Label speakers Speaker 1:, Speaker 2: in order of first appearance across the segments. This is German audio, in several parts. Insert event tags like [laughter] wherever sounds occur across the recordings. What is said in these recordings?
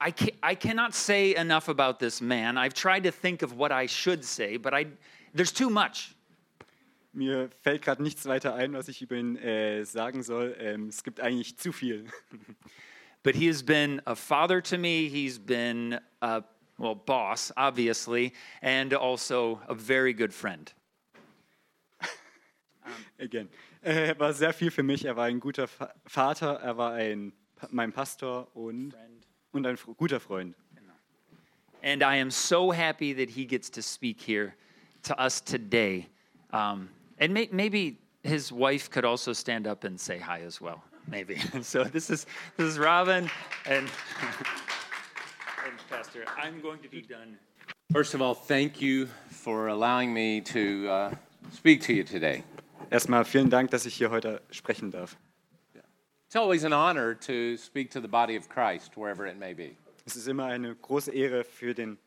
Speaker 1: I, ca I cannot say enough about this man. I've tried to think of what I should say, but I, there's too much.
Speaker 2: Mir fällt gerade nichts weiter ein, was ich über ihn äh, sagen soll. Ähm, es gibt eigentlich zu viel. [laughs]
Speaker 1: But he has been a father to me. He's been a well boss, obviously, and also a very good friend.
Speaker 2: Again. Äh, Er war sehr viel für mich. Er war ein guter Fa Vater, er war ein, Pa- mein Pastor und, und ein fr- guter Freund.
Speaker 1: And I am so happy that he gets to speak here to us today. Um, and may, maybe his wife could also stand up and say hi as well. Maybe. [laughs] so this is this is Robin and, [laughs] and Pastor. I'm going to be done.
Speaker 3: First of all, thank you for allowing me to uh, speak to you today.
Speaker 2: Erstmal vielen Dank, dass ich hier heute sprechen darf.
Speaker 3: It's always an honor to speak to the body of Christ, wherever it may be.
Speaker 2: Es ist immer eine große Ehre für den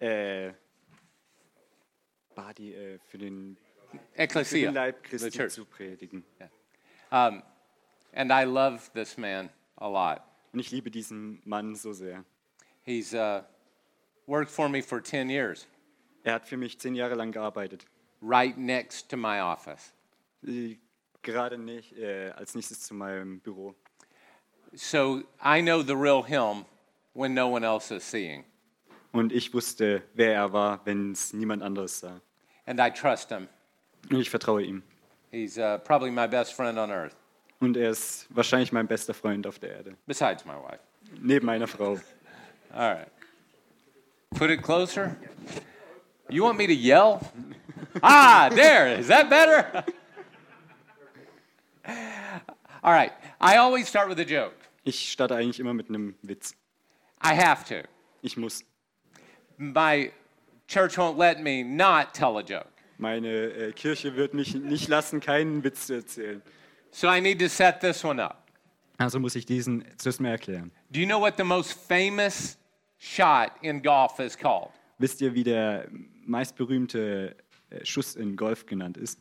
Speaker 2: äh, Body, äh, für den, für
Speaker 3: Ecclesia,
Speaker 2: den Leib
Speaker 3: the
Speaker 2: Christi
Speaker 3: church.
Speaker 2: zu predigen.
Speaker 3: Um, and I love this man a lot.
Speaker 2: Und ich liebe diesen Mann so sehr.
Speaker 3: He's uh, worked for me for 10 years,
Speaker 2: Er hat für mich zehn Jahre lang gearbeitet.
Speaker 3: right next to my office.
Speaker 2: Äh, Gerade nicht, äh, als nächstes zu meinem Büro.
Speaker 3: So I know the real him when no one else is seeing,
Speaker 2: Und ich wusste, wer er war, wenn es niemand anderes sah.
Speaker 3: and I trust him.
Speaker 2: Und ich vertraue ihm.
Speaker 3: He's uh, probably my best friend on earth,
Speaker 2: Und er ist wahrscheinlich mein bester Freund auf der Erde.
Speaker 3: besides my wife.
Speaker 2: Neben meiner Frau.
Speaker 3: All right. Put it closer. You want me to yell? [laughs] ah, there. Is that better? [laughs] All right. I always start with a joke.
Speaker 2: Ich starte eigentlich immer mit einem Witz.
Speaker 3: I have to.
Speaker 2: Ich muss.
Speaker 3: My church won't let me not tell a joke.
Speaker 2: Meine äh, Kirche wird mich nicht lassen, keinen Witz zu erzählen.
Speaker 3: So I need to set this one up.
Speaker 2: Also muss ich diesen zuerst mal erklären.
Speaker 3: Do you know what the most famous shot in golf is called?
Speaker 2: Wisst ihr, wie der meistberühmte äh, Schuss in Golf genannt ist?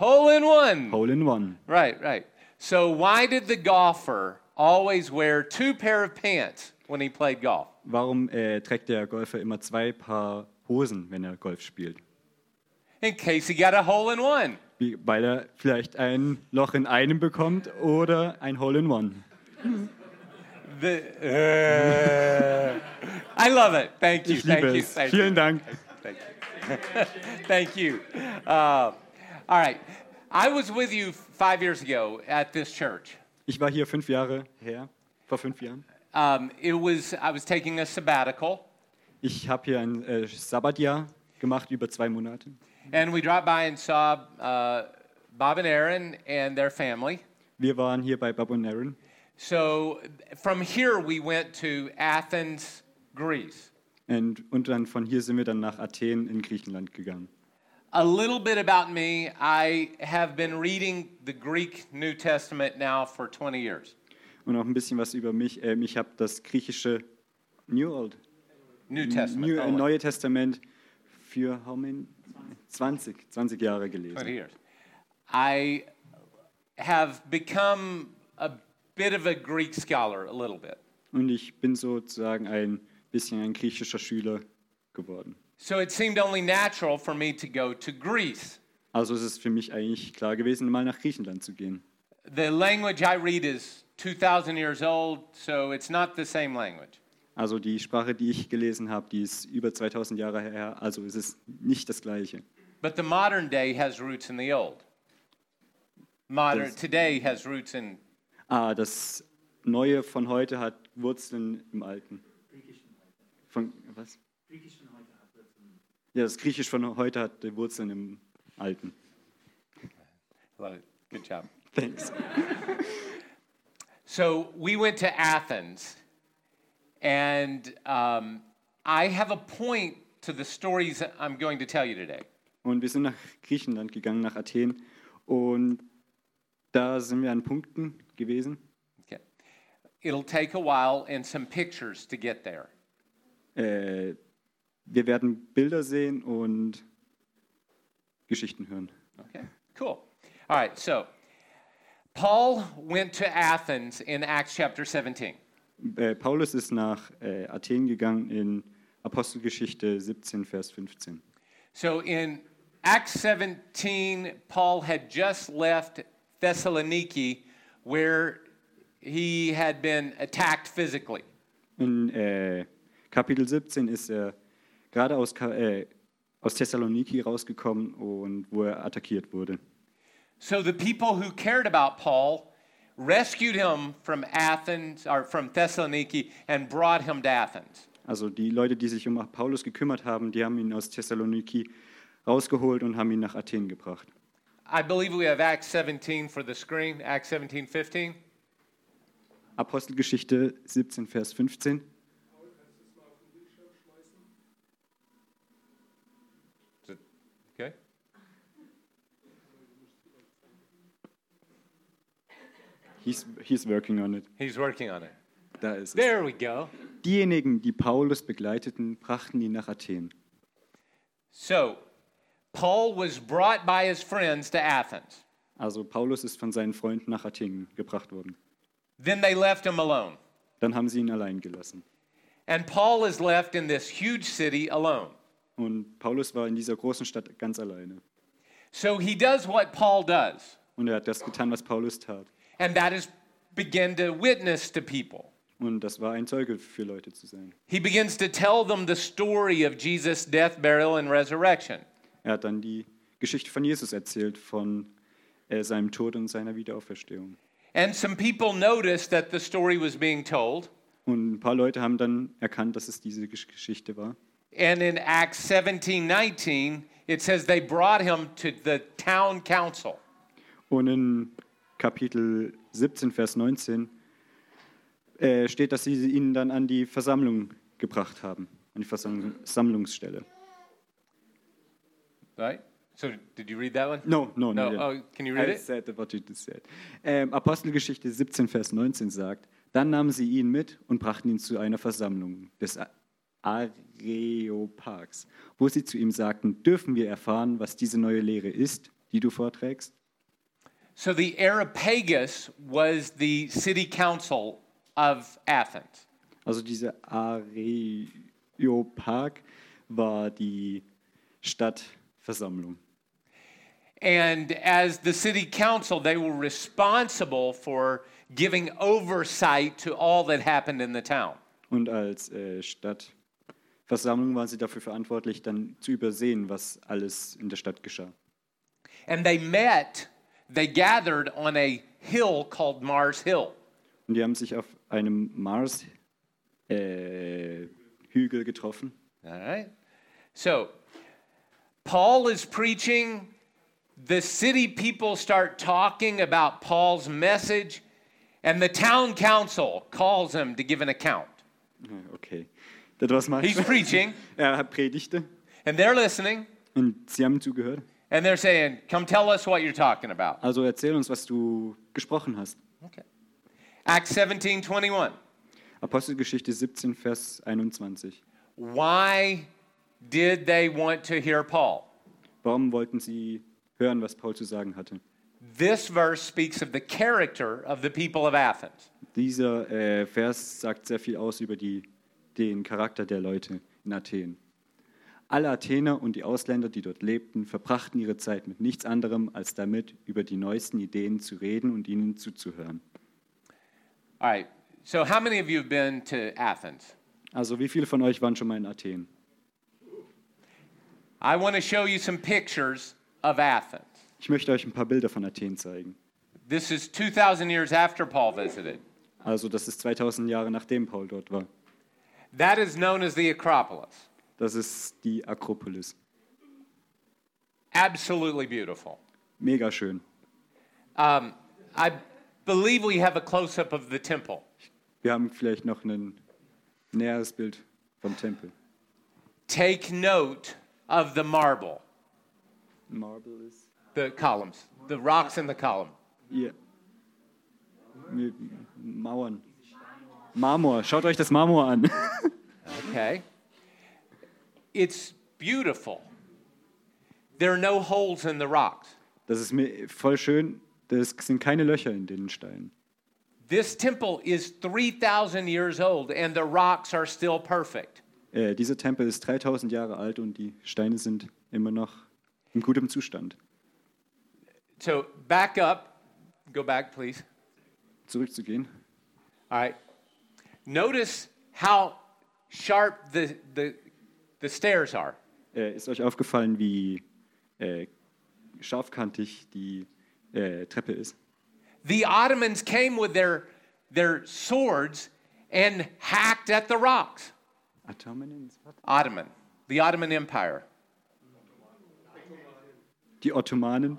Speaker 3: Hole in one.
Speaker 2: Hole in One.
Speaker 3: Right, right. So why did the golfer always wear two pair of pants when he played golf?
Speaker 2: Warum äh, trägt der Golfer immer zwei Paar Hosen, wenn er Golf spielt?
Speaker 3: in case he got a hole in one.
Speaker 2: Wie, weil er vielleicht ein Loch in einem bekommt oder ein Hole in One.
Speaker 3: The- uh, I love it. Thank you.
Speaker 2: Ich
Speaker 3: thank
Speaker 2: liebe
Speaker 3: you.
Speaker 2: es.
Speaker 3: Thank
Speaker 2: Vielen
Speaker 3: you. [laughs]
Speaker 2: Dank.
Speaker 3: Thank you. thank you. Uh, all right. I was with you five years ago at this church.
Speaker 2: Ich war hier fünf Jahre her, vor fünf Jahren.
Speaker 3: Um, it was I was taking a sabbatical,
Speaker 2: Ich habe hier ein äh, Sabbatjahr gemacht über zwei Monate.
Speaker 3: and we dropped by and saw uh, Bob and Aaron and their family.
Speaker 2: Wir waren hier bei Bob und Aaron.
Speaker 3: So from here we went to Athens, Greece.
Speaker 2: Und, und dann von hier sind wir dann nach Athen in Griechenland gegangen.
Speaker 3: A little bit about me. I have been reading the Greek New Testament now for 20 years.
Speaker 2: Und auch ein bisschen was über mich. Ähm, ich habe das griechische New Old,
Speaker 3: New Testament. oh,
Speaker 2: New, äh,
Speaker 3: only,
Speaker 2: Neue Testament für how many? 20, 20 Jahre
Speaker 3: 20
Speaker 2: gelesen.
Speaker 3: years. I have become a bit of a Greek scholar, a little bit.
Speaker 2: Und ich bin sozusagen ein bisschen ein griechischer Schüler geworden.
Speaker 3: So it seemed only natural for me to go to Greece.
Speaker 2: Also es ist für mich eigentlich klar gewesen, mal nach Griechenland zu gehen.
Speaker 3: The language I read is 2,000 years old, so it's not the same language.
Speaker 2: Also die Sprache, die ich gelesen habe, die ist über 2000 Jahre her, also es ist nicht das gleiche.
Speaker 3: But the modern day has roots in the old. Modern
Speaker 2: Yes.
Speaker 3: today has roots in
Speaker 2: Ah, das Neue von heute hat Wurzeln im Alten. Von was? Ja, das Griechisch von heute hat die Wurzeln im Alten.
Speaker 3: Love it. Good job.
Speaker 2: Thanks.
Speaker 3: So we went to Athens, and um, I have a point to the stories that I'm going to tell you today.
Speaker 2: Und wir sind nach Griechenland gegangen, nach Athen. Und da sind wir an Punkten gewesen.
Speaker 3: Okay. It'll take a while and some pictures to get there.
Speaker 2: Äh, wir werden Bilder sehen und Geschichten hören.
Speaker 3: Okay, cool. All right, so Paul went to Athens in Acts chapter 17.
Speaker 2: äh, Paulus ist nach äh, Athen gegangen in Apostelgeschichte 17, Vers 15.
Speaker 3: So in Acts 17, Paul had just left Thessaloniki where he had been attacked physically.
Speaker 2: In äh, Kapitel 17 ist er gerade aus, Ka- äh, aus Thessaloniki rausgekommen und wo er attackiert wurde.
Speaker 3: So the people who cared about Paul rescued him from Athens or from Thessaloniki and brought him to Athens.
Speaker 2: Also die Leute, die sich um Paulus gekümmert haben, die haben ihn aus Thessaloniki rausgeholt und haben ihn nach Athen gebracht.
Speaker 3: I believe we have Acts 17 for the screen, Acts 17, 15.
Speaker 2: Apostelgeschichte 17, Vers 15.
Speaker 3: Is it okay?
Speaker 2: He's, he's working on it.
Speaker 3: He's working on it.
Speaker 2: Da ist es.
Speaker 3: There we go.
Speaker 2: Diejenigen, die Paulus begleiteten, brachten ihn nach Athen.
Speaker 3: So Paul was brought by his friends to Athens.
Speaker 2: Also Paulus ist von seinen Freunden nach Athen gebracht worden.
Speaker 3: Then they left him alone.
Speaker 2: Dann haben sie ihn allein gelassen.
Speaker 3: And Paul is left in this huge city alone.
Speaker 2: Und Paulus war in dieser großen Stadt ganz alleine.
Speaker 3: So he does what Paul does,
Speaker 2: Und er hat das getan, was Paulus tat.
Speaker 3: and that is begin to witness to people.
Speaker 2: Und das war ein Zeuge für Leute zu sein.
Speaker 3: He begins to tell them the story of Jesus' death, burial, and resurrection.
Speaker 2: Er hat dann die Geschichte von Jesus erzählt, von äh, seinem Tod und seiner Wiederauferstehung.
Speaker 3: And some people noticed that the story was being told.
Speaker 2: Und ein paar Leute haben dann erkannt, dass es diese Gesch- Geschichte war.
Speaker 3: And in Acts 17 19, it says they brought him to the town council.
Speaker 2: Und in Kapitel 17, Vers 19 äh, steht, dass sie ihn dann an die Versammlung gebracht haben, an die Versammlung- Versammlungsstelle.
Speaker 3: Right? So, did you read that one?
Speaker 2: No, no, no.
Speaker 3: No, oh, can you read
Speaker 2: I
Speaker 3: it?
Speaker 2: said what you just said. Ähm, Apostelgeschichte 17, Vers 19 sagt, dann nahmen sie ihn mit und brachten ihn zu einer Versammlung des A- Areopags, wo sie zu ihm sagten, dürfen wir erfahren, was diese neue Lehre ist, die du vorträgst?
Speaker 3: So, the Areopagus was the city council of Athens.
Speaker 2: Also diese Areopag war die Stadtversammlung.
Speaker 3: And as the city council, they were responsible for giving oversight to all that happened in the town.
Speaker 2: Und als äh, Stadtversammlung waren sie dafür verantwortlich, dann zu übersehen, was alles in der Stadt geschah.
Speaker 3: And they met, they gathered on a hill called Mars Hill.
Speaker 2: Und die haben sich auf einem Mars-Hügel getroffen.
Speaker 3: All right? So, Paul is preaching. The city people start talking about Paul's message, and the town council calls him to give an account.
Speaker 2: Ja, Ah, Okay, das war's mal.
Speaker 3: He's preaching,
Speaker 2: [laughs] Er hat Predigte
Speaker 3: and they're listening,
Speaker 2: und sie haben zugehört.
Speaker 3: and they're saying, Come tell us what you're talking about.
Speaker 2: Also erzähl uns, was du gesprochen hast.
Speaker 3: Okay. Acts 17 21.
Speaker 2: Apostelgeschichte 17, Vers 21.
Speaker 3: Why did they want to hear Paul?
Speaker 2: Warum wollten sie hören, was Paul zu sagen hatte?
Speaker 3: This verse speaks of the character of the people of Athens.
Speaker 2: Dieser äh, Vers sagt sehr viel aus über die, den Charakter der Leute in Athen. Alle Athener und die Ausländer, die dort lebten, verbrachten ihre Zeit mit nichts anderem als damit, über die neuesten Ideen zu reden und ihnen zuzuhören.
Speaker 3: All right. So, how many of you have been to Athens?
Speaker 2: Also wie viele von euch waren schon mal in Athen?
Speaker 3: I want to show you some pictures of Athens.
Speaker 2: Ich möchte euch ein paar Bilder von Athen zeigen.
Speaker 3: This is 2,000 years after Paul visited.
Speaker 2: Also das ist 2000 Jahre nachdem Paul dort war.
Speaker 3: That is known as the Acropolis.
Speaker 2: Das ist die Akropolis.
Speaker 3: Absolutely beautiful.
Speaker 2: Mega schön.
Speaker 3: Um, I believe we have a close up of the temple.
Speaker 2: Wir haben vielleicht noch ein näheres Bild vom Tempel.
Speaker 3: Take note of the marble.
Speaker 2: Marble ist
Speaker 3: the columns, the rocks in the column.
Speaker 2: Ihr M- Mauern. Marmor, schaut euch das Marmor an.
Speaker 3: Okay. It's beautiful. There are no holes in the rocks.
Speaker 2: Das ist mir voll schön. Das sind keine Löcher in den Steinen.
Speaker 3: This temple is 3,000 years old and the rocks are still perfect.
Speaker 2: Äh, dieser Tempel ist 3000 Jahre alt und die Steine sind immer noch in gutem Zustand.
Speaker 3: So back up. Go back, please.
Speaker 2: Zurückzugehen.
Speaker 3: All right. Notice how sharp the, the, the stairs are.
Speaker 2: Äh, ist euch aufgefallen, wie äh, scharfkantig die äh, Treppe ist?
Speaker 3: The Ottomans came with their, their swords and hacked at the rocks.
Speaker 2: Ottomanen? was?
Speaker 3: Ottoman, the Ottoman Empire.
Speaker 2: Die Ottomanen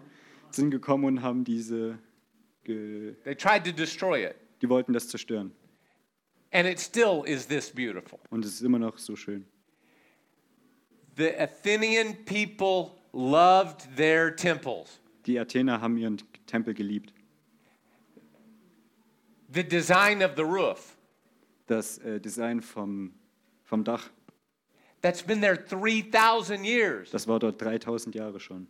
Speaker 2: sind gekommen und haben diese. Ge
Speaker 3: They tried to destroy it,
Speaker 2: die wollten das zerstören.
Speaker 3: and it still is this beautiful.
Speaker 2: Und es ist immer noch so schön.
Speaker 3: The Athenian people loved their temples.
Speaker 2: Die Athener haben ihren Tempel geliebt.
Speaker 3: The design of the roof
Speaker 2: Das äh, Design vom, vom Dach,
Speaker 3: that's been there 3,000 years.
Speaker 2: das war dort 3000 Jahre schon.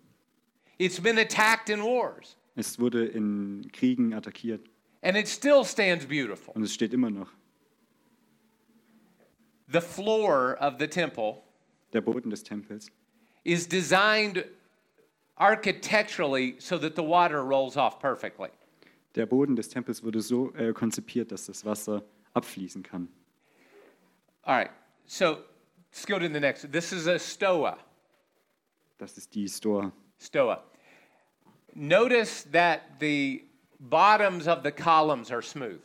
Speaker 3: It's been attacked in wars,
Speaker 2: Es wurde in Kriegen attackiert
Speaker 3: and it still stands beautiful.
Speaker 2: und es steht immer noch.
Speaker 3: The floor of the temple
Speaker 2: Der Boden des Tempels
Speaker 3: is designed architecturally so that the water rolls off perfectly.
Speaker 2: Der Boden des Tempels wurde so äh, konzipiert, dass das Wasser abfließen kann.
Speaker 3: All right, so let's go to the next. This is a stoa.
Speaker 2: Das ist die Stoa.
Speaker 3: Stoa. Notice that the bottoms of the columns are smooth.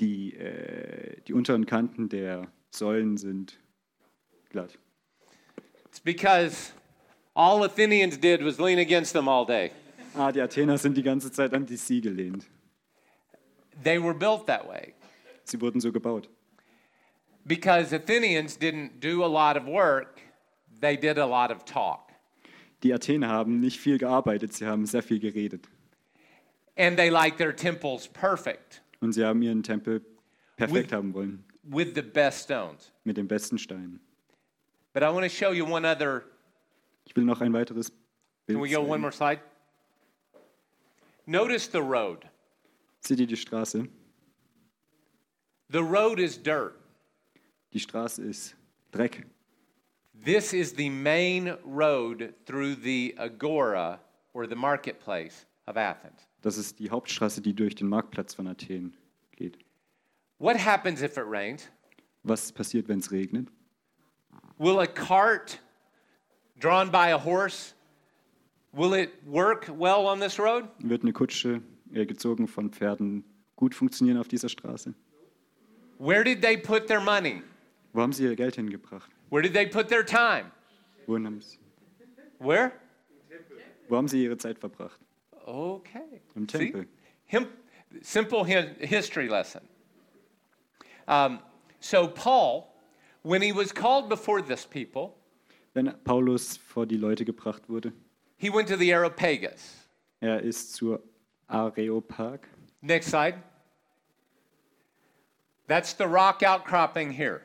Speaker 2: Die, äh, die unteren Kanten der Säulen sind glatt.
Speaker 3: It's because all Athenians did was lean against them all day.
Speaker 2: Ah, die Athener sind die ganze Zeit an die See gelehnt.
Speaker 3: They were built that way
Speaker 2: Sie wurden so gebaut.
Speaker 3: because Athenians didn't do a lot of work, they did a lot of talk.
Speaker 2: Die Athener haben nicht viel gearbeitet, sie haben sehr viel geredet.
Speaker 3: And they liked their temples perfect
Speaker 2: Und sie haben ihren Tempel perfekt
Speaker 3: With-
Speaker 2: haben wollen,
Speaker 3: with the best stones.
Speaker 2: mit den besten Steinen.
Speaker 3: But I want to show you one other.
Speaker 2: Ich will noch ein weiteres Bild
Speaker 3: Can we go
Speaker 2: zeigen.
Speaker 3: one more slide? Notice the road.
Speaker 2: Seht ihr die Straße?
Speaker 3: The road is dirt.
Speaker 2: Die Straße ist Dreck.
Speaker 3: This is the main road through the agora or the marketplace of Athens.
Speaker 2: Das ist die Hauptstraße, die durch den Marktplatz von Athen geht.
Speaker 3: What happens if it rains?
Speaker 2: Was passiert, wenn es regnet?
Speaker 3: Will a cart drawn by a horse will it work well on this road?
Speaker 2: Wird eine Kutsche äh, gezogen von Pferden gut funktionieren auf dieser Straße?
Speaker 3: Where did they put their money?
Speaker 2: Wo haben sie ihr Geld hingebracht?
Speaker 3: Where did they put their time?
Speaker 2: Wo haben sie,
Speaker 3: Where?
Speaker 2: wo haben sie ihre Zeit verbracht?
Speaker 3: Okay.
Speaker 2: Im
Speaker 3: See?
Speaker 2: Tempel.
Speaker 3: Him, simple hi- history lesson. Um, so Paul, when he was called before this people,
Speaker 2: Wenn Paulus vor die Leute gebracht wurde,
Speaker 3: he went to the Areopagus.
Speaker 2: er ist zur Areopag.
Speaker 3: Next slide. That's the rock outcropping here.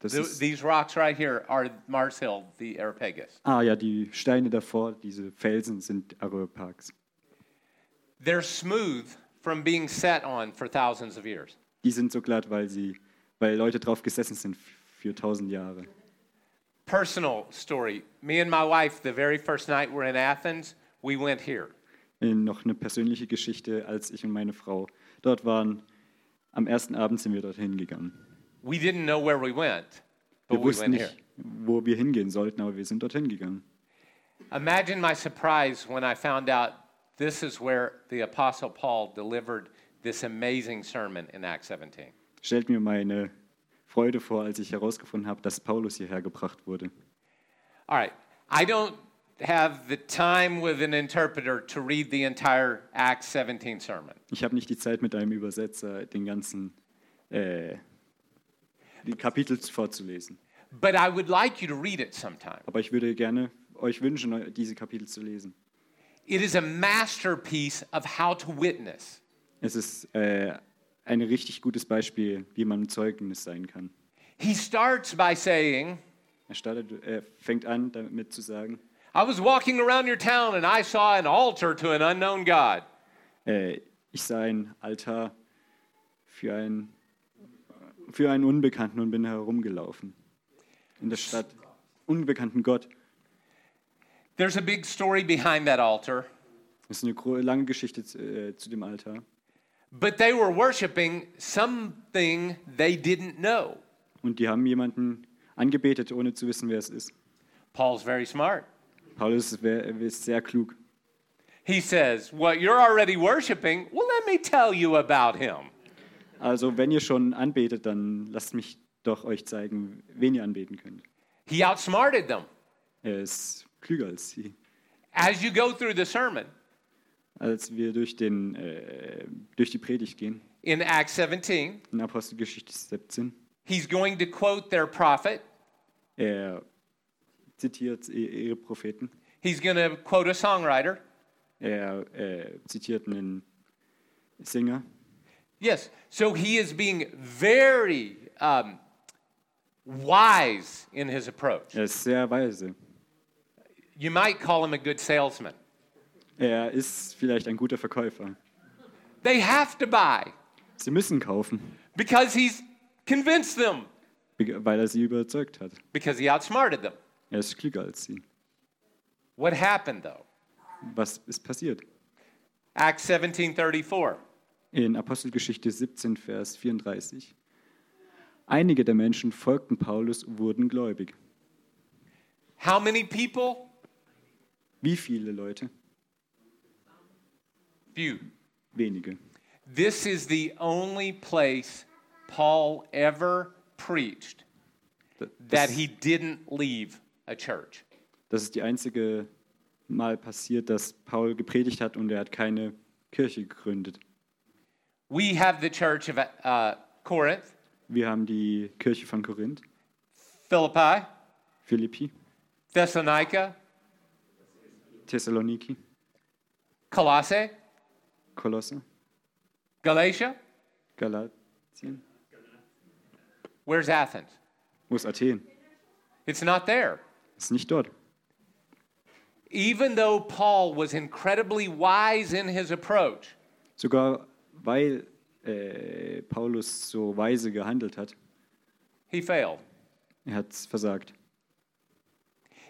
Speaker 2: Das
Speaker 3: Th-
Speaker 2: ist,
Speaker 3: these rocks right here are Mars Hill, the Areopagus.
Speaker 2: ah ja, die Steine davor, diese Felsen sind Areopags.
Speaker 3: They're smooth from being sat on for thousands of years.
Speaker 2: Die sind so glatt, weil, sie, weil Leute drauf gesessen sind für tausend Jahre.
Speaker 3: Personal story. Me and my wife, the very first night we're in Athens, we went here.
Speaker 2: Äh, noch eine persönliche Geschichte, als ich und meine Frau dort waren. Am ersten Abend sind wir dorthin gegangen.
Speaker 3: We didn't know where we went,
Speaker 2: Wir
Speaker 3: but Oh, we
Speaker 2: wussten
Speaker 3: went here.
Speaker 2: nicht, wo wir hingehen sollten, aber wir sind dorthin gegangen.
Speaker 3: Imagine my surprise when I found out this is where the Apostle Paul delivered this amazing sermon in Acts 17.
Speaker 2: Stellt mir meine Freude vor, als ich herausgefunden habe, dass Paulus hierher gebracht wurde.
Speaker 3: All right. I don't have the time with an interpreter to read the entire Acts 17 sermon.
Speaker 2: Ich habe nicht die Zeit, mit einem Übersetzer den ganzen äh, die Kapitel vorzulesen.
Speaker 3: But I would like you to read it sometime.
Speaker 2: Aber ich würde gerne euch wünschen, diese Kapitel zu lesen.
Speaker 3: It is a masterpiece of how to witness.
Speaker 2: Es ist äh, ein richtig gutes Beispiel, wie man ein Zeugnis sein kann.
Speaker 3: He starts by saying,
Speaker 2: Er startet, äh, fängt an, damit zu sagen,
Speaker 3: I was walking around your town and I saw an altar to an unknown God.
Speaker 2: Äh, ich sah ein Altar für einen, für einen Unbekannten und bin herumgelaufen. In der Stadt. Unbekannten Gott.
Speaker 3: There's a big story behind that altar,
Speaker 2: Das ist eine gro- lange Geschichte zu, äh, zu dem Altar.
Speaker 3: but they were worshiping something they didn't know.
Speaker 2: Und die haben jemanden angebetet, ohne zu wissen, wer es ist.
Speaker 3: Paul's very smart.
Speaker 2: Paulus ist wer- ist sehr klug.
Speaker 3: He says, What you're already worshiping, well, let me tell you about him.
Speaker 2: Also, wenn ihr schon anbetet, dann lasst mich doch euch zeigen, wen ihr anbeten könnt.
Speaker 3: He outsmarted them.
Speaker 2: Er ist klüger als sie.
Speaker 3: As you go through the sermon
Speaker 2: Als wir durch, den, äh, durch die Predigt gehen,
Speaker 3: in Acts 17,
Speaker 2: in Apostelgeschichte 17,
Speaker 3: he's going to quote their prophet,
Speaker 2: er zitiert i- ihre Propheten,
Speaker 3: he's going to quote a songwriter.
Speaker 2: er äh, zitiert einen Singer.
Speaker 3: Yes. So he is being very um, wise in his approach.
Speaker 2: Er ist sehr weise.
Speaker 3: You might call him a good salesman.
Speaker 2: Er ist vielleicht ein guter Verkäufer.
Speaker 3: They have to buy
Speaker 2: Sie müssen kaufen,
Speaker 3: because he's convinced them,
Speaker 2: be- weil er sie überzeugt hat.
Speaker 3: because he outsmarted them.
Speaker 2: Er ist klüger als sie.
Speaker 3: What happened though?
Speaker 2: Was ist passiert?
Speaker 3: Acts 17:34.
Speaker 2: In Apostelgeschichte 17, Vers 34. Einige der Menschen folgten Paulus und wurden gläubig.
Speaker 3: How many people?
Speaker 2: Wie viele Leute?
Speaker 3: Few.
Speaker 2: Wenige.
Speaker 3: This is the only place Paul ever preached
Speaker 2: Da-
Speaker 3: that
Speaker 2: Das,
Speaker 3: he didn't leave a church.
Speaker 2: das ist die einzige Mal passiert, dass Paul gepredigt hat und er hat keine Kirche gegründet.
Speaker 3: We have the church of uh, Corinth,
Speaker 2: Wir haben die Kirche von Korinth,
Speaker 3: Philippi,
Speaker 2: Philippi,
Speaker 3: Thessalonica,
Speaker 2: Thessaloniki,
Speaker 3: Colossae,
Speaker 2: Kolosse,
Speaker 3: Galatia.
Speaker 2: Galatien.
Speaker 3: Where's Athens?
Speaker 2: Wo ist Athen?
Speaker 3: It's not there.
Speaker 2: Ist nicht dort.
Speaker 3: Even though Paul was incredibly wise in his approach,
Speaker 2: Sogar weil äh, Paulus so weise gehandelt hat,
Speaker 3: he failed.
Speaker 2: er hat es versagt.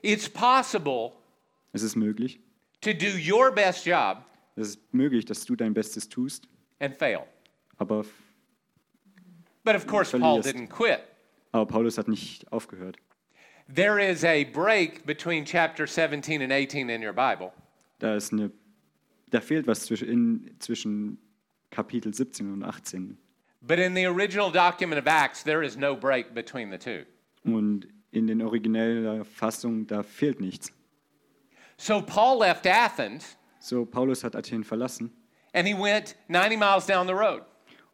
Speaker 3: It's possible
Speaker 2: Es ist möglich.
Speaker 3: to do your best job
Speaker 2: Es ist möglich, dass du dein Bestes tust,
Speaker 3: and fail.
Speaker 2: aber, f-
Speaker 3: But of course, Paul
Speaker 2: Verlierst.
Speaker 3: didn't quit.
Speaker 2: aber Paulus hat nicht aufgehört.
Speaker 3: There is a break between chapter 17 and 18 in your Bible.
Speaker 2: Da, ist eine, da fehlt was zwischen, in, zwischen Kapitel 17 und 18.
Speaker 3: But in the original document of Acts, there is no break between the two.
Speaker 2: Und in den originellen Fassungen, da fehlt nichts.
Speaker 3: So Paul left Athens
Speaker 2: So, Paulus hat Athen verlassen
Speaker 3: and he went 90 miles down the road.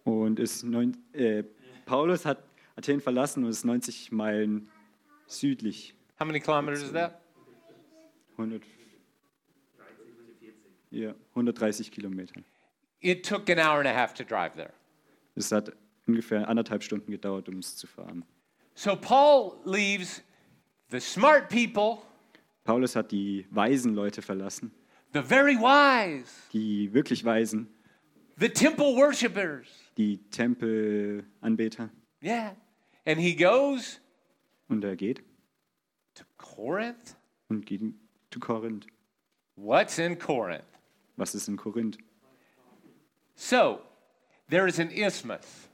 Speaker 2: und ist neun, äh, Paulus hat Athen verlassen und ist 90 Meilen südlich.
Speaker 3: How many kilometers is that?
Speaker 2: 100, ja, 130 Kilometer.
Speaker 3: It took an hour and a half to drive there.
Speaker 2: Es hat ungefähr anderthalb Stunden gedauert, um es zu fahren.
Speaker 3: So Paul leaves the smart people,
Speaker 2: Paulus hat die weisen Leute verlassen,
Speaker 3: the very wise,
Speaker 2: die wirklich weisen,
Speaker 3: the temple worshipers.
Speaker 2: die Tempelanbeter.
Speaker 3: Yeah. And he goes
Speaker 2: Und er geht
Speaker 3: to Corinth.
Speaker 2: und geht zu Korinth.
Speaker 3: What's in Corinth?
Speaker 2: Was ist in Korinth?
Speaker 3: So there is an isthmus.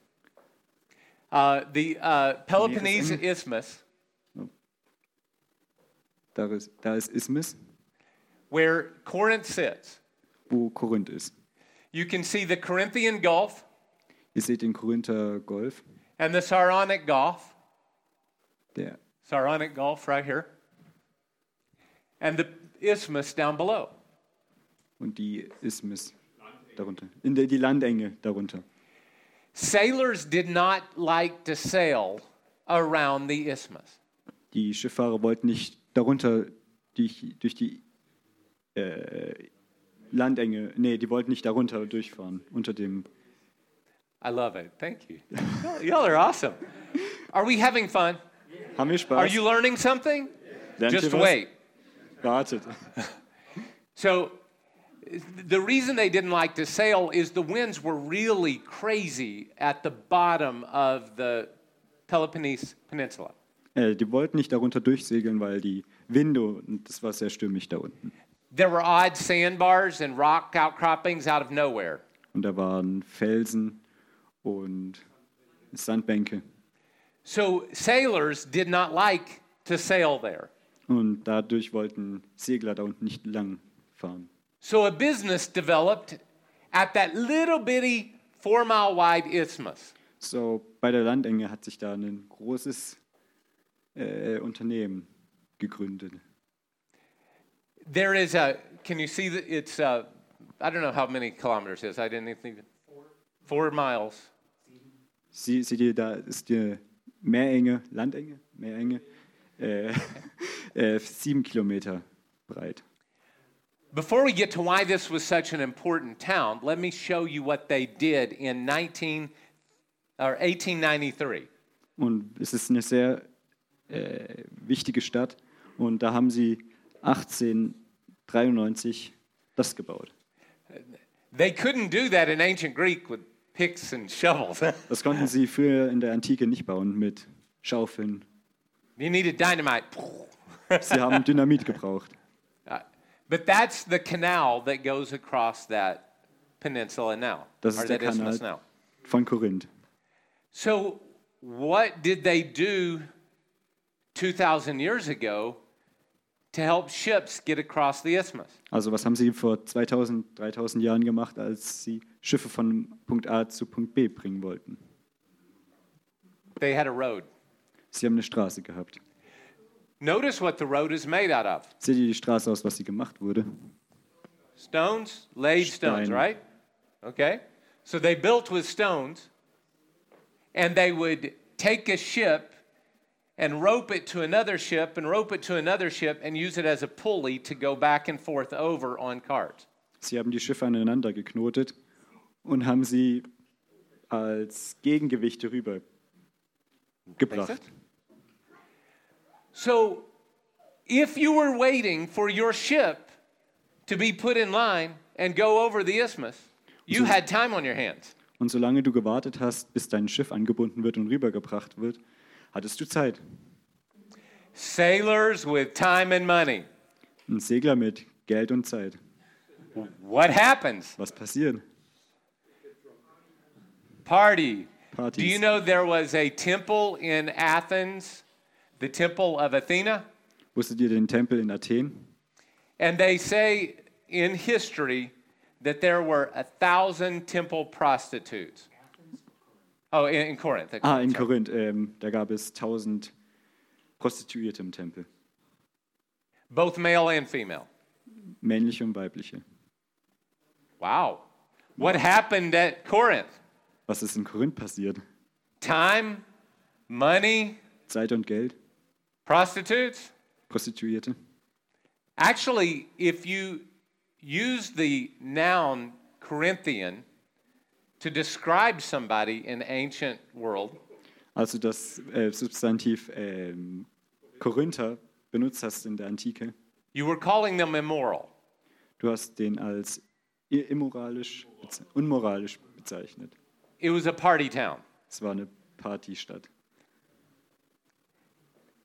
Speaker 3: Uh, the uh, Peloponnese
Speaker 2: Meeresende?
Speaker 3: Isthmus,
Speaker 2: Oh. Da ist, da ist Isthmus,
Speaker 3: where Corinth sits.
Speaker 2: wo Korinth ist.
Speaker 3: You can see the Corinthian Gulf
Speaker 2: Ihr seht den Korinther Golf,
Speaker 3: and the Saronic Gulf.
Speaker 2: der,
Speaker 3: Saronic Gulf right here, and the isthmus down below.
Speaker 2: und die Isthmus darunter. In der, die Landenge darunter.
Speaker 3: Sailors did not like to sail around the isthmus.
Speaker 2: Die Schifffahrer wollten nicht darunter durch, durch die äh, Landenge, nee, die wollten nicht darunter durchfahren, unter dem
Speaker 3: I love it. Thank you. Y'all- Y'all are awesome. Are we having fun?
Speaker 2: Haben wir
Speaker 3: Are
Speaker 2: Spaß?
Speaker 3: you learning something?
Speaker 2: Lernt ihr
Speaker 3: Just
Speaker 2: was?
Speaker 3: wait.
Speaker 2: Wartet.
Speaker 3: So the reason they didn't like to sail is the winds were really crazy at the bottom of the Peloponnese Peninsula.
Speaker 2: Äh, die wollten nicht darunter durchsegeln, weil die Winde und das war sehr stürmisch da unten.
Speaker 3: There were odd sandbars and rock outcroppings out of nowhere.
Speaker 2: Und da waren Felsen und Sandbänke.
Speaker 3: So sailors did not like to sail there.
Speaker 2: Und dadurch wollten Segler da unten nicht lang fahren.
Speaker 3: So a business developed at that little bitty four mile wide isthmus.
Speaker 2: So, bei der Landenge hat sich da ein großes äh, Unternehmen gegründet.
Speaker 3: There is a, can you see that it's, uh, I don't know how many kilometers it is. I didn't think, four miles.
Speaker 2: Sie, seht ihr, da ist die Meerenge, Landenge, Meerenge, äh, [laughs] äh, sieben Kilometer breit.
Speaker 3: Before we get to why this was such an important town, let me show you what they did in 19 or 1893.
Speaker 2: Und es ist eine sehr äh, wichtige Stadt. Und da haben sie 1893 das gebaut.
Speaker 3: They couldn't do that in ancient Greek with picks and shovels. [laughs]
Speaker 2: Das konnten sie früher in der Antike nicht bauen mit Schaufeln.
Speaker 3: you needed dynamite. [laughs] Uh,
Speaker 2: Sie haben Dynamit gebraucht.
Speaker 3: But that's the canal that goes across that peninsula now,
Speaker 2: Das
Speaker 3: or
Speaker 2: ist der
Speaker 3: that isthmus
Speaker 2: Kanal
Speaker 3: now.
Speaker 2: von Korinth.
Speaker 3: So, what did they do 2,000 years ago to help ships get across the isthmus?
Speaker 2: Also was haben sie vor 2000, 3000 Jahren gemacht, als sie Schiffe von Punkt A zu Punkt B bringen wollten?
Speaker 3: They had a road.
Speaker 2: Sie haben eine Straße gehabt.
Speaker 3: Notice what the road is made out of
Speaker 2: Seht ihr die Straße aus, was sie gemacht wurde?
Speaker 3: stones, laid stones,
Speaker 2: Stein.
Speaker 3: right? Okay. So, they built with stones, and they would take a ship and rope it to another ship and rope it to another ship and use it as a pulley to go back and forth over on carts.
Speaker 2: Sie haben die Schiffe aneinander geknotet und haben sie als Gegengewichte rüber gebracht.
Speaker 3: Makes So, if you were waiting for your ship to be put in line and go over the isthmus, you had time on your hands.
Speaker 2: Und solange du gewartet hast, bis dein Schiff angebunden wird und rübergebracht wird, hattest du Zeit.
Speaker 3: Sailors with time and money.
Speaker 2: Ein Segler mit Geld und Zeit.
Speaker 3: What happens?
Speaker 2: Was passiert?
Speaker 3: Party.
Speaker 2: Partys.
Speaker 3: Do you know there was a temple in Athens, the temple of Athena?
Speaker 2: Wusstet ihr den Tempel in Athen?
Speaker 3: And they say in history that there were a thousand temple prostitutes. Oh, in, in Corinth. okay,
Speaker 2: Ah, in
Speaker 3: sorry.
Speaker 2: Korinth. Ähm, da gab es 1000 Prostituierte im Tempel.
Speaker 3: Both male and female.
Speaker 2: Männliche und weibliche.
Speaker 3: Wow. What happened at Corinth?
Speaker 2: Was ist in Korinth passiert?
Speaker 3: Time, money,
Speaker 2: Zeit und Geld?
Speaker 3: prostitutes?
Speaker 2: Prostituierte?
Speaker 3: Actually, if you use the noun Corinthian to describe somebody in ancient world,
Speaker 2: Als du das äh, Substantiv ähm, Korinther benutzt hast in der Antike,
Speaker 3: you were calling them immoral.
Speaker 2: du hast den als i- immoralisch, beze- unmoralisch bezeichnet.
Speaker 3: It was a party town.
Speaker 2: Es war eine Partystadt.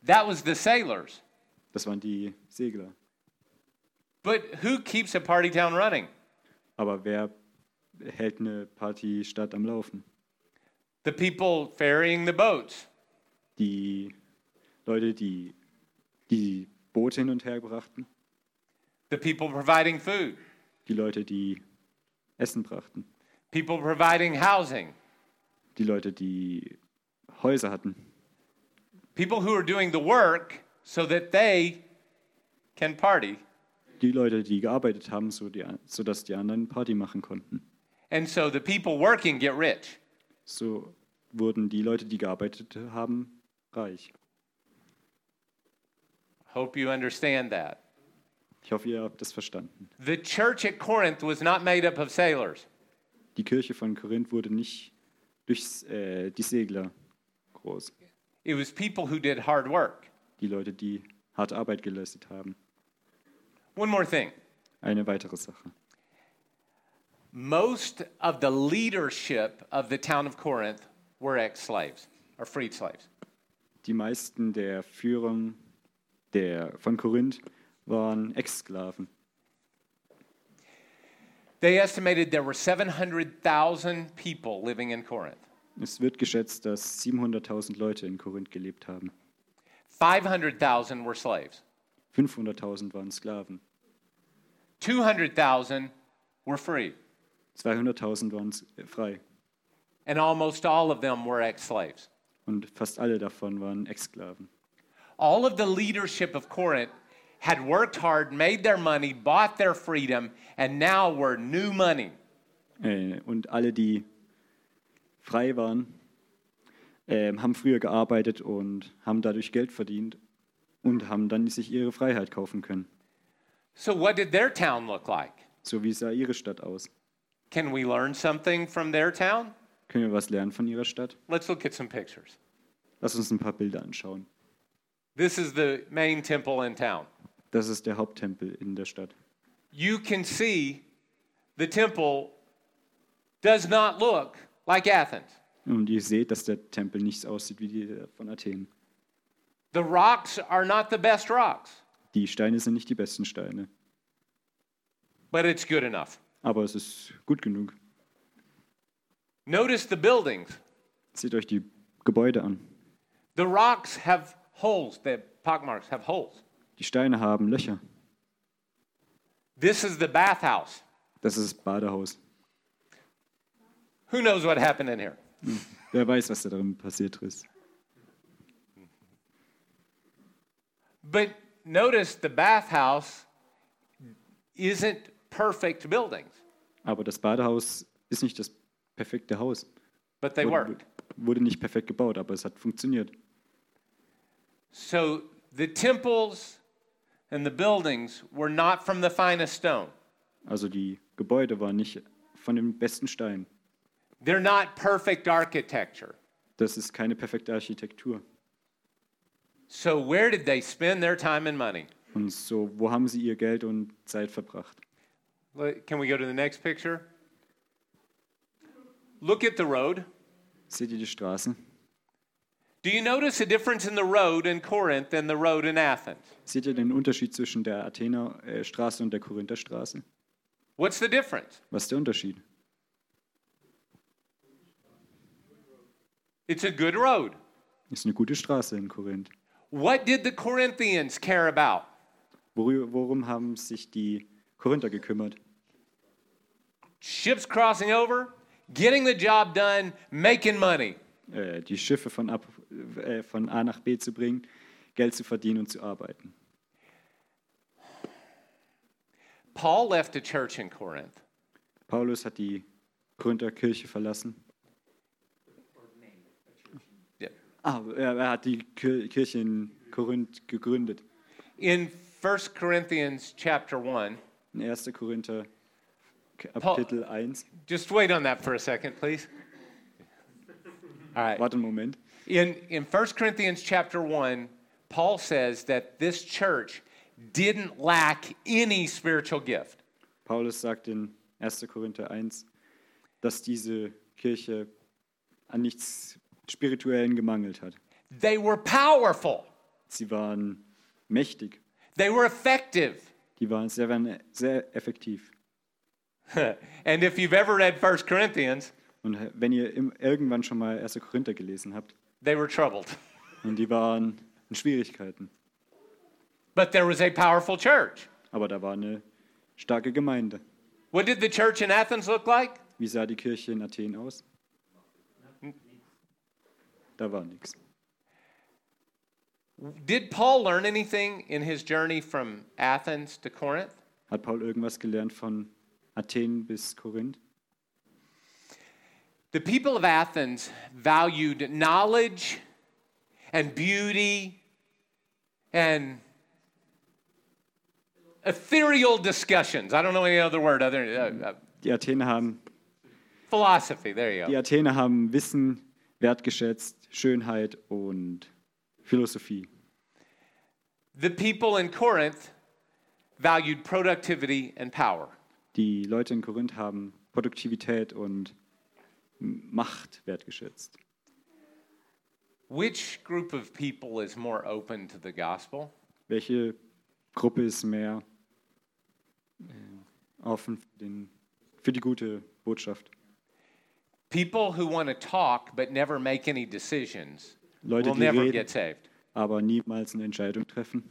Speaker 3: That was the sailors.
Speaker 2: Das waren die Segler.
Speaker 3: But who keeps a party town running?
Speaker 2: Aber wer hält eine Partystadt am Laufen?
Speaker 3: The people ferrying the boats.
Speaker 2: Die Leute, die die Boote hin und her brachten,
Speaker 3: the people providing food,
Speaker 2: die Leute, die Essen brachten,
Speaker 3: people providing housing,
Speaker 2: die Leute, die Häuser hatten,
Speaker 3: people who are doing the work so that they can party.
Speaker 2: die Leute, die gearbeitet haben, so die, sodass die anderen Party machen konnten.
Speaker 3: And so the people working get rich.
Speaker 2: So wurden die Leute, die gearbeitet haben, reich.
Speaker 3: Hope you understand that.
Speaker 2: Ich hoffe, ihr habt das verstanden.
Speaker 3: The church at Corinth was not made up of sailors.
Speaker 2: Die Kirche von Korinth wurde nicht durch äh, die Segler groß.
Speaker 3: It was people who did hard work.
Speaker 2: Die Leute, die harte Arbeit geleistet haben.
Speaker 3: One more thing.
Speaker 2: Eine weitere Sache.
Speaker 3: most of the leadership of the town of Corinth were ex slaves or freed slaves.
Speaker 2: Die meisten der Führer der, von Korinth waren Ex-Sklaven.
Speaker 3: They estimated there were 700,000 people living in Corinth.
Speaker 2: Es wird geschätzt, dass 700.000 Leute in Korinth gelebt haben.
Speaker 3: 500,000 were slaves.
Speaker 2: 500.000 waren Sklaven.
Speaker 3: 200,000 were free.
Speaker 2: 200.000 waren s- äh, frei.
Speaker 3: And almost all of them were ex slaves.
Speaker 2: Und fast alle davon waren Ex-Sklaven.
Speaker 3: All of the leadership of Corinth had worked hard, made their money, bought their freedom, and now were new money.
Speaker 2: Äh, und alle, die frei waren, ähm, haben früher gearbeitet und haben dadurch Geld verdient und haben dann sich ihre Freiheit kaufen können.
Speaker 3: So, what did their town look like?
Speaker 2: So wie sah ihre Stadt aus?
Speaker 3: Can we learn something from their town?
Speaker 2: Können wir was lernen von ihrer Stadt?
Speaker 3: Let's look at some pictures.
Speaker 2: Lass uns ein paar Bilder anschauen.
Speaker 3: This is the main temple in town.
Speaker 2: Das ist der Haupttempel in der Stadt.
Speaker 3: You can see the temple does not look like Athens.
Speaker 2: Und ihr seht, dass der Tempel nichts aussieht wie der von Athen.
Speaker 3: The rocks are not the best rocks,
Speaker 2: Die Steine sind nicht die besten Steine,
Speaker 3: but it's good enough.
Speaker 2: aber es ist gut genug.
Speaker 3: Notice the buildings.
Speaker 2: Seht euch die Gebäude an.
Speaker 3: The rocks have holes, the pockmarks have holes.
Speaker 2: Die Steine haben Löcher.
Speaker 3: This is the bathhouse.
Speaker 2: Das ist das Badehaus.
Speaker 3: Who knows what happened in here?
Speaker 2: Wer weiß, was da drin passiert ist.
Speaker 3: But notice the bathhouse isn't perfect buildings,
Speaker 2: Aber das Badehaus ist nicht das perfekte Haus.
Speaker 3: but they
Speaker 2: Wurde,
Speaker 3: worked.
Speaker 2: wurde nicht perfekt gebaut, aber es hat funktioniert.
Speaker 3: So the temples and the buildings were not from the finest stone.
Speaker 2: Also die Gebäude waren nicht von dem besten Stein.
Speaker 3: They're not perfect architecture.
Speaker 2: Das ist keine perfekte Architektur.
Speaker 3: So where did they spend their time and money?
Speaker 2: Und so, wo haben sie ihr Geld und Zeit verbracht?
Speaker 3: Le- Can we go to the next picture? Look at the road.
Speaker 2: Seht ihr die Straße?
Speaker 3: Do you notice a difference in the road in Corinth than the road in Athens?
Speaker 2: Seht ihr den Unterschied zwischen der Athener äh, Straße und der Korinther Straße?
Speaker 3: What's the difference?
Speaker 2: Was ist der Unterschied?
Speaker 3: It's a good road.
Speaker 2: Ist eine gute Straße in Korinth.
Speaker 3: What did the Corinthians care about?
Speaker 2: Worü- Worum haben sich die Korinther gekümmert?
Speaker 3: Ships crossing over, getting the job done, making money.
Speaker 2: Äh, die Schiffe von, ab, äh, von A nach B zu bringen, Geld zu verdienen und zu arbeiten.
Speaker 3: Paul left a church in Corinth.
Speaker 2: Paulus hat die Korinther Kirche verlassen.
Speaker 3: Yeah.
Speaker 2: Ah, er, er hat die Kir- Kirche in Korinth gegründet.
Speaker 3: In 1 Corinthians chapter 1,
Speaker 2: In 1. Korinther
Speaker 3: Paul-
Speaker 2: Kapitel 1.
Speaker 3: just wait on that for a second, please. All right.
Speaker 2: Warte einen Moment.
Speaker 3: In, in 1 Corinthians chapter 1, Paul says that this church didn't lack any spiritual gift.
Speaker 2: Paulus sagt in 1. Korinther 1, dass diese Kirche an nichts Spirituellen gemangelt hat.
Speaker 3: They were powerful,
Speaker 2: Sie waren mächtig,
Speaker 3: they were effective.
Speaker 2: die waren sehr, waren sehr effektiv.
Speaker 3: and if you've ever read 1 Corinthians,
Speaker 2: Und wenn ihr im, irgendwann schon mal 1. Korinther gelesen habt,
Speaker 3: they were troubled. [laughs]
Speaker 2: und die waren in Schwierigkeiten,
Speaker 3: But there was a powerful church.
Speaker 2: aber da war eine starke Gemeinde.
Speaker 3: What did the church in Athens look like?
Speaker 2: Wie sah die Kirche in Athen aus? Da war nichts.
Speaker 3: Did Paul learn anything in his journey from Athens to Corinth?
Speaker 2: Hat Paul irgendwas gelernt von Athen bis Korinth?
Speaker 3: The people of Athens valued knowledge and beauty and ethereal discussions. I don't know any other word other than uh, uh,
Speaker 2: Die Athener haben
Speaker 3: philosophy. There you
Speaker 2: Die
Speaker 3: go.
Speaker 2: Athener haben Wissen wertgeschätzt, Schönheit und Philosophie.
Speaker 3: The people in Corinth valued productivity and power.
Speaker 2: Die Leute in Korinth haben Produktivität und M- Macht wertgeschätzt.
Speaker 3: Which group of people is more open to the gospel?
Speaker 2: Welche Gruppe ist mehr äh, offen für, den, für die gute Botschaft?
Speaker 3: People who want to talk but never make any decisions
Speaker 2: Leute,
Speaker 3: will
Speaker 2: die
Speaker 3: never
Speaker 2: reden.
Speaker 3: get saved.
Speaker 2: Aber niemals eine Entscheidung treffen.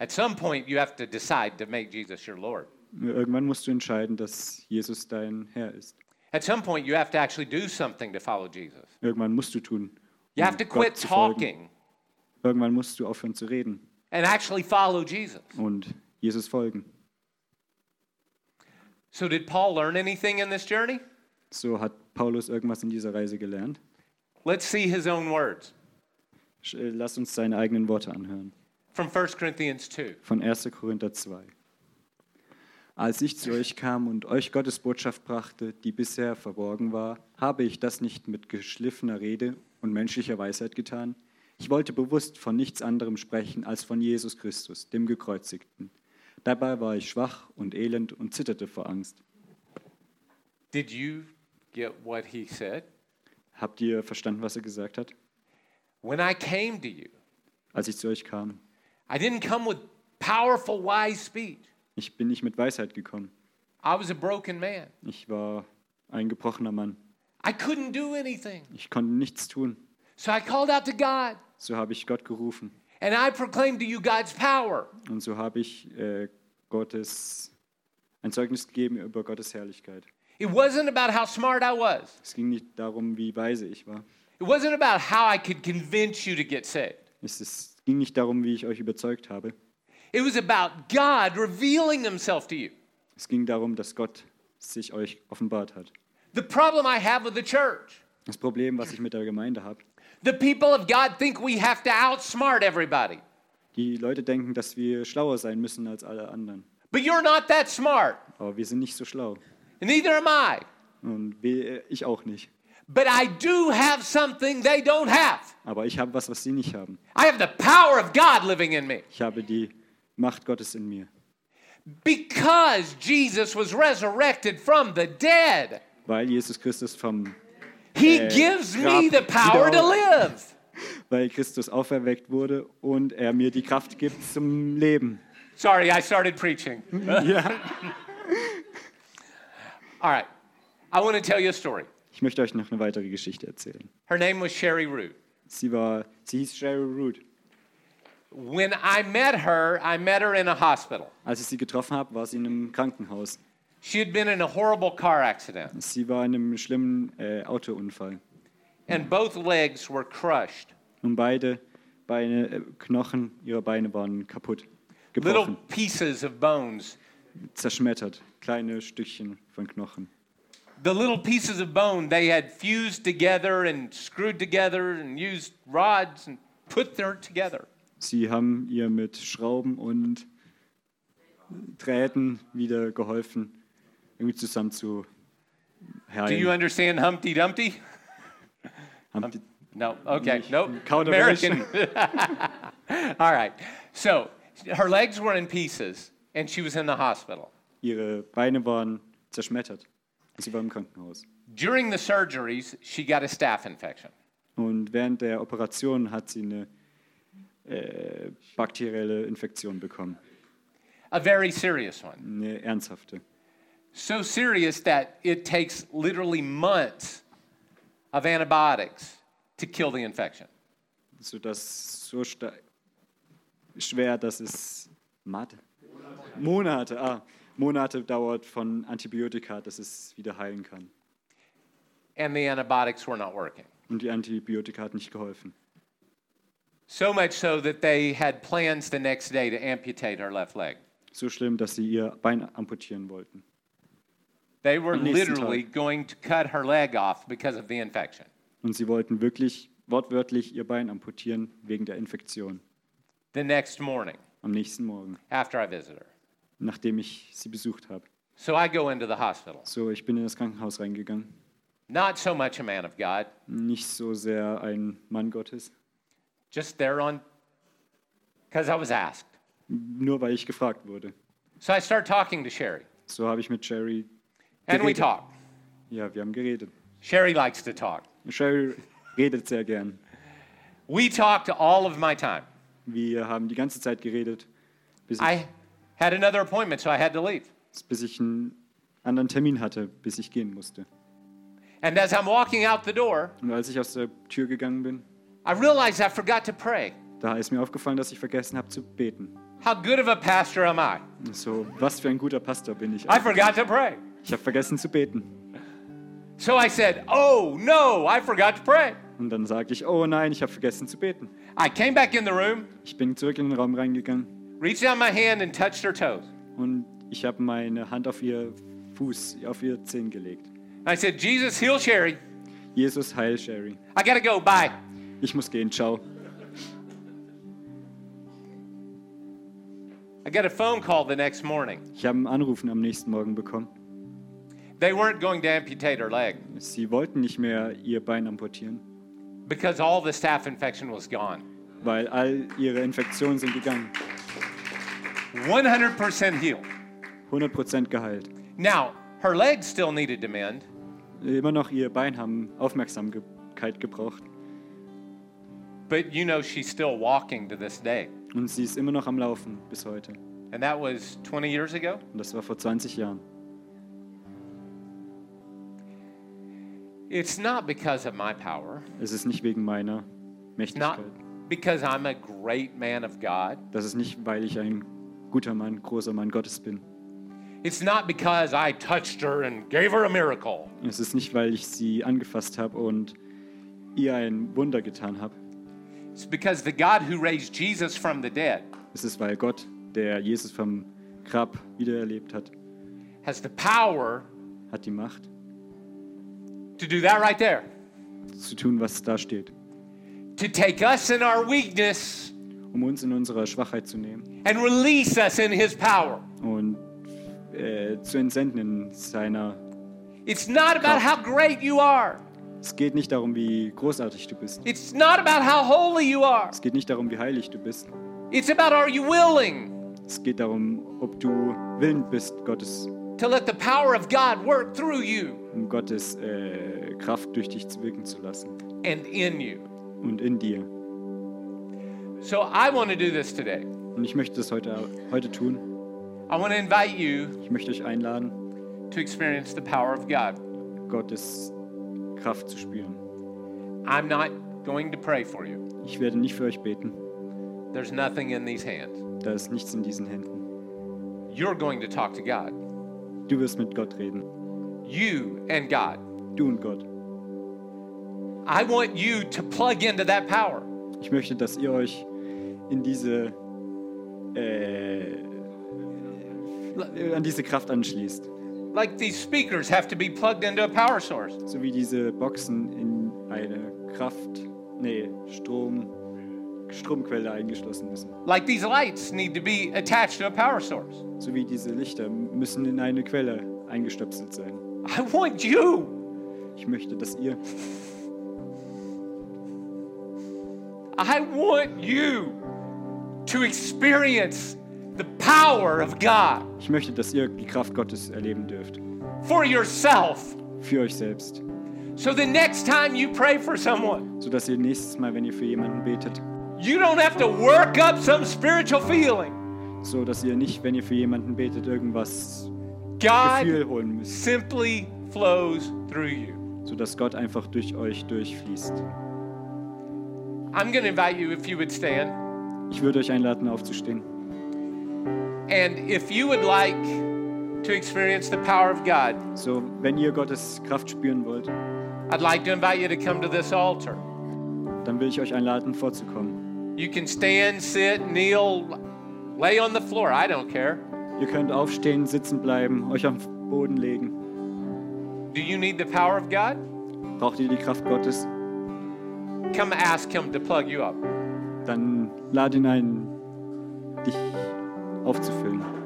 Speaker 3: At some point, you have to decide to make Jesus your Lord.
Speaker 2: Irgendwann musst du entscheiden, dass Jesus dein Herr ist.
Speaker 3: At some point, you have to actually do something to follow Jesus.
Speaker 2: Irgendwann musst du tun.
Speaker 3: You
Speaker 2: um
Speaker 3: have to
Speaker 2: Gott
Speaker 3: quit
Speaker 2: zu folgen.
Speaker 3: talking
Speaker 2: Irgendwann musst du aufhören zu reden
Speaker 3: and actually follow Jesus.
Speaker 2: und Jesus folgen.
Speaker 3: So, did Paul learn anything in this journey?
Speaker 2: So hat Paulus irgendwas in dieser Reise gelernt.
Speaker 3: Let's see his own words
Speaker 2: Sch- äh, Lass uns seine eigenen Worte anhören.
Speaker 3: from 1 Corinthians 2.
Speaker 2: Von 1. Korinther 2. Als ich zu euch kam und euch Gottes Botschaft brachte, die bisher verborgen war, habe ich das nicht mit geschliffener Rede und menschlicher Weisheit getan. Ich wollte bewusst von nichts anderem sprechen als von Jesus Christus, dem Gekreuzigten. Dabei war ich schwach und elend und zitterte vor Angst.
Speaker 3: Did you get what he said?
Speaker 2: Habt ihr verstanden, was er gesagt hat?
Speaker 3: When I came to you,
Speaker 2: Als ich zu euch kam,
Speaker 3: I didn't come with powerful, wise speech.
Speaker 2: ich bin nicht mit Weisheit gekommen.
Speaker 3: I was a broken man.
Speaker 2: Ich war ein gebrochener Mann.
Speaker 3: I couldn't do anything.
Speaker 2: Ich konnte nichts tun.
Speaker 3: So I called out to God
Speaker 2: So habe ich Gott gerufen.
Speaker 3: and I proclaimed to you God's power.
Speaker 2: Und so habe ich äh, Gottes, ein Zeugnis gegeben über Gottes Herrlichkeit.
Speaker 3: It wasn't about how smart I was,
Speaker 2: Es ging nicht darum, wie weise ich war.
Speaker 3: it wasn't about how I could convince you to get saved.
Speaker 2: Es ist, ging nicht darum, wie ich euch überzeugt habe.
Speaker 3: It was about God revealing himself to you.
Speaker 2: Es ging darum, dass Gott sich euch offenbart hat.
Speaker 3: The problem I have with the church
Speaker 2: Das Problem, was ich mit der Gemeinde habe,
Speaker 3: the people of God think we have to outsmart everybody.
Speaker 2: die Leute denken, dass wir schlauer sein müssen als alle anderen.
Speaker 3: But you're not that smart,
Speaker 2: Aber wir sind nicht so schlau.
Speaker 3: and neither am I.
Speaker 2: Und wir, ich auch nicht.
Speaker 3: But I do have something they don't have.
Speaker 2: Aber ich habe was, was sie nicht haben.
Speaker 3: I have the power of God living in me.
Speaker 2: Ich habe die Macht Gottes in mir.
Speaker 3: Because Jesus was resurrected from the dead,
Speaker 2: Weil Jesus Christus vom,
Speaker 3: He
Speaker 2: Eh,
Speaker 3: gives me
Speaker 2: grab-
Speaker 3: the power to
Speaker 2: wieder-
Speaker 3: live.
Speaker 2: weil Christus auferweckt wurde und er mir die Kraft gibt zum Leben.
Speaker 3: [laughs] Sorry, I started preaching.
Speaker 2: Ja.
Speaker 3: All right, I want to tell you a story.
Speaker 2: Ich möchte euch noch eine weitere Geschichte erzählen.
Speaker 3: Her name was Sherry Root.
Speaker 2: Sie war, sie hieß Cheryl Root.
Speaker 3: When I met her, I met her in a hospital.
Speaker 2: Als ich sie getroffen habe, war sie in einem Krankenhaus.
Speaker 3: She had been in a horrible car accident,
Speaker 2: Sie war in einem schlimmen äh, Autounfall.
Speaker 3: and both legs were crushed.
Speaker 2: Und beide Beine, äh, Knochen ihrer Beine waren kaputt,
Speaker 3: Little
Speaker 2: gebrochen,
Speaker 3: pieces of bones.
Speaker 2: zerschmettert, kleine Stückchen von Knochen.
Speaker 3: The little pieces of bone they had fused together and screwed together and used rods and put there together.
Speaker 2: Sie haben ihr mit Schrauben und Drähten wieder geholfen, irgendwie zusammen zu
Speaker 3: Do you
Speaker 2: heilen.
Speaker 3: understand Humpty Dumpty?
Speaker 2: Haben die-
Speaker 3: No. Okay. Nope.
Speaker 2: Count Mm. of
Speaker 3: American. [laughs] All right. So her legs were in pieces, and she was in the hospital.
Speaker 2: [laughs] Ihre Beine waren zerschmettert. Sie war im Krankenhaus.
Speaker 3: During the surgeries, she got a staph infection.
Speaker 2: Und während der Operation hat sie eine äh, bakterielle Infektion bekommen.
Speaker 3: A very serious one.
Speaker 2: Eine ernsthafte.
Speaker 3: So serious that it takes literally months of antibiotics to kill the infection.
Speaker 2: Sodass so sta- schwer, dass es Monate. Monate, ah, Monate dauert von Antibiotika, dass es wieder heilen kann.
Speaker 3: And the antibiotics were not working.
Speaker 2: Und die Antibiotika hat nicht geholfen.
Speaker 3: So much so that they had plans the next day to amputate her left leg.
Speaker 2: So schlimm, dass sie ihr Bein amputieren wollten.
Speaker 3: They were
Speaker 2: Am nächsten
Speaker 3: literally going to cut her leg off because of the infection.
Speaker 2: Und sie wollten wirklich wortwörtlich ihr Bein amputieren wegen der Infektion.
Speaker 3: the next morning
Speaker 2: Am nächsten Morgen,
Speaker 3: after I visit her.
Speaker 2: nachdem ich sie besucht habe.
Speaker 3: So I go into the hospital.
Speaker 2: So, ich bin in das Krankenhaus reingegangen.
Speaker 3: Not so much a man of God,
Speaker 2: Nicht so sehr ein Mann Gottes,
Speaker 3: just there on, because I was asked.
Speaker 2: nur weil ich gefragt wurde.
Speaker 3: So I start talking to Sherry.
Speaker 2: So habe ich mit Jerry
Speaker 3: And we talk.
Speaker 2: Ja, wir haben geredet.
Speaker 3: Sherry likes to talk.
Speaker 2: Sherry redet sehr gern.
Speaker 3: We talked all of my time.
Speaker 2: Wir haben die ganze Zeit geredet, bis ich,
Speaker 3: I had another appointment, so I had to leave.
Speaker 2: bis ich einen anderen Termin hatte, bis ich gehen musste.
Speaker 3: And as I'm walking out the door,
Speaker 2: Und als ich aus der Tür gegangen bin,
Speaker 3: I realized I forgot to pray.
Speaker 2: da ist mir aufgefallen, dass ich vergessen habe zu beten.
Speaker 3: How good of a pastor am I?
Speaker 2: So, was für ein guter Pastor bin ich.
Speaker 3: I forgot to pray.
Speaker 2: Ich habe vergessen zu beten.
Speaker 3: So I said, Oh, no, I forgot to pray.
Speaker 2: Und dann sage ich, oh nein, ich habe vergessen zu beten.
Speaker 3: I came back in the room,
Speaker 2: Ich bin zurück in den Raum reingegangen
Speaker 3: reached out my hand, and touched her toes.
Speaker 2: und ich habe meine Hand auf ihr Fuß, auf ihr Zehen gelegt.
Speaker 3: I said, Jesus, heal Sherry.
Speaker 2: Jesus, heil Sherry.
Speaker 3: I got to go. Bye.
Speaker 2: Ich muss gehen, ciao.
Speaker 3: I got a phone call the next morning.
Speaker 2: Ich habe einen Anrufen am nächsten Morgen bekommen.
Speaker 3: They weren't going to amputate her leg
Speaker 2: Sie wollten nicht mehr ihr Bein amputieren,
Speaker 3: because all the staph infection was gone.
Speaker 2: weil all ihre Infektionen sind gegangen.
Speaker 3: 100% healed.
Speaker 2: 100% geheilt.
Speaker 3: Now, her leg still needed to mend,
Speaker 2: Immer noch ihr Bein haben Aufmerksamkeit gebraucht
Speaker 3: but you know she's still walking to this day.
Speaker 2: und sie ist immer noch am Laufen bis heute.
Speaker 3: And that was 20 years ago.
Speaker 2: Und das war vor 20 Jahren.
Speaker 3: It's not because of my power,
Speaker 2: Es ist nicht wegen meiner
Speaker 3: not
Speaker 2: Mächtigkeit.
Speaker 3: because I'm a great man of God.
Speaker 2: Das ist nicht, weil ich ein guter Mann, großer Mann Gottes bin.
Speaker 3: It's not because I touched her and gave her a miracle.
Speaker 2: Es ist nicht, weil ich sie angefasst habe und ihr ein Wunder getan habe.
Speaker 3: It's because the God who raised Jesus from the dead
Speaker 2: Es ist, weil Gott, der Jesus vom Grab wiedererlebt hat,
Speaker 3: has the power
Speaker 2: hat die Macht
Speaker 3: to do that right there,
Speaker 2: zu tun, was da steht,
Speaker 3: to take us in our weakness
Speaker 2: um uns in unserer Schwachheit zu nehmen
Speaker 3: and release us in his power.
Speaker 2: und äh, zu entsenden in seiner.
Speaker 3: It's not about how great you are.
Speaker 2: Es geht nicht darum, wie großartig du bist.
Speaker 3: It's not about how holy you are.
Speaker 2: Es geht nicht darum, wie heilig du bist.
Speaker 3: It's about are you willing
Speaker 2: Es geht darum, ob du willend bist, Gottes,
Speaker 3: to let the power of God work through you
Speaker 2: um Gottes äh, Kraft durch dich zu wirken zu lassen
Speaker 3: and in you.
Speaker 2: und in dir.
Speaker 3: So I want to do this today.
Speaker 2: Und ich möchte das heute, heute tun.
Speaker 3: I want to invite you
Speaker 2: Ich möchte euch einladen,
Speaker 3: to experience the power of God.
Speaker 2: Gottes Kraft zu spüren.
Speaker 3: I'm not going to pray for you.
Speaker 2: Ich werde nicht für euch beten.
Speaker 3: There's nothing in these hands.
Speaker 2: Da ist nichts in diesen Händen.
Speaker 3: You're going to talk to God.
Speaker 2: Du wirst mit Gott reden.
Speaker 3: You and God.
Speaker 2: Du und Gott.
Speaker 3: I want you to plug into that power.
Speaker 2: Ich möchte, dass ihr euch in diese, äh, an diese Kraft anschließt.
Speaker 3: Like these speakers have to be plugged into a power source.
Speaker 2: So wie diese Boxen in eine Kraft, nee, Strom, Stromquelle eingeschlossen müssen.
Speaker 3: Like these lights need to be attached to a power source.
Speaker 2: So wie diese Lichter müssen in eine Quelle eingestöpselt sein.
Speaker 3: I want you.
Speaker 2: Ich möchte, dass ihr,
Speaker 3: I want you to experience the power of God
Speaker 2: ich möchte, dass ihr die Kraft Gottes erleben dürft.
Speaker 3: for yourself.
Speaker 2: Für euch selbst.
Speaker 3: So the next time you pray for someone,
Speaker 2: Sodass ihr nächstes Mal, wenn ihr für jemanden betet,
Speaker 3: you don't have to work up some spiritual feeling.
Speaker 2: so dass ihr nicht, wenn ihr für jemanden betet, irgendwas Gefühl
Speaker 3: God
Speaker 2: holen müsst,
Speaker 3: simply flows through you.
Speaker 2: sodass Gott einfach durch euch durchfließt.
Speaker 3: I'm going to invite you if you would stand.
Speaker 2: Ich würde euch einladen, aufzustehen.
Speaker 3: And if you would like to experience the power of God,
Speaker 2: So, wenn ihr Gottes Kraft spüren wollt,
Speaker 3: I'd like to invite you to come to this altar.
Speaker 2: dann will ich euch einladen, vorzukommen.
Speaker 3: You can stand, sit, kneel, lay on the floor. I don't care.
Speaker 2: Ihr könnt aufstehen, sitzen bleiben, euch am Boden legen.
Speaker 3: Do you need the power of God?
Speaker 2: Braucht ihr die Kraft Gottes,
Speaker 3: Come ask Him to plug you up.
Speaker 2: dann lad ihn ein, dich aufzufüllen.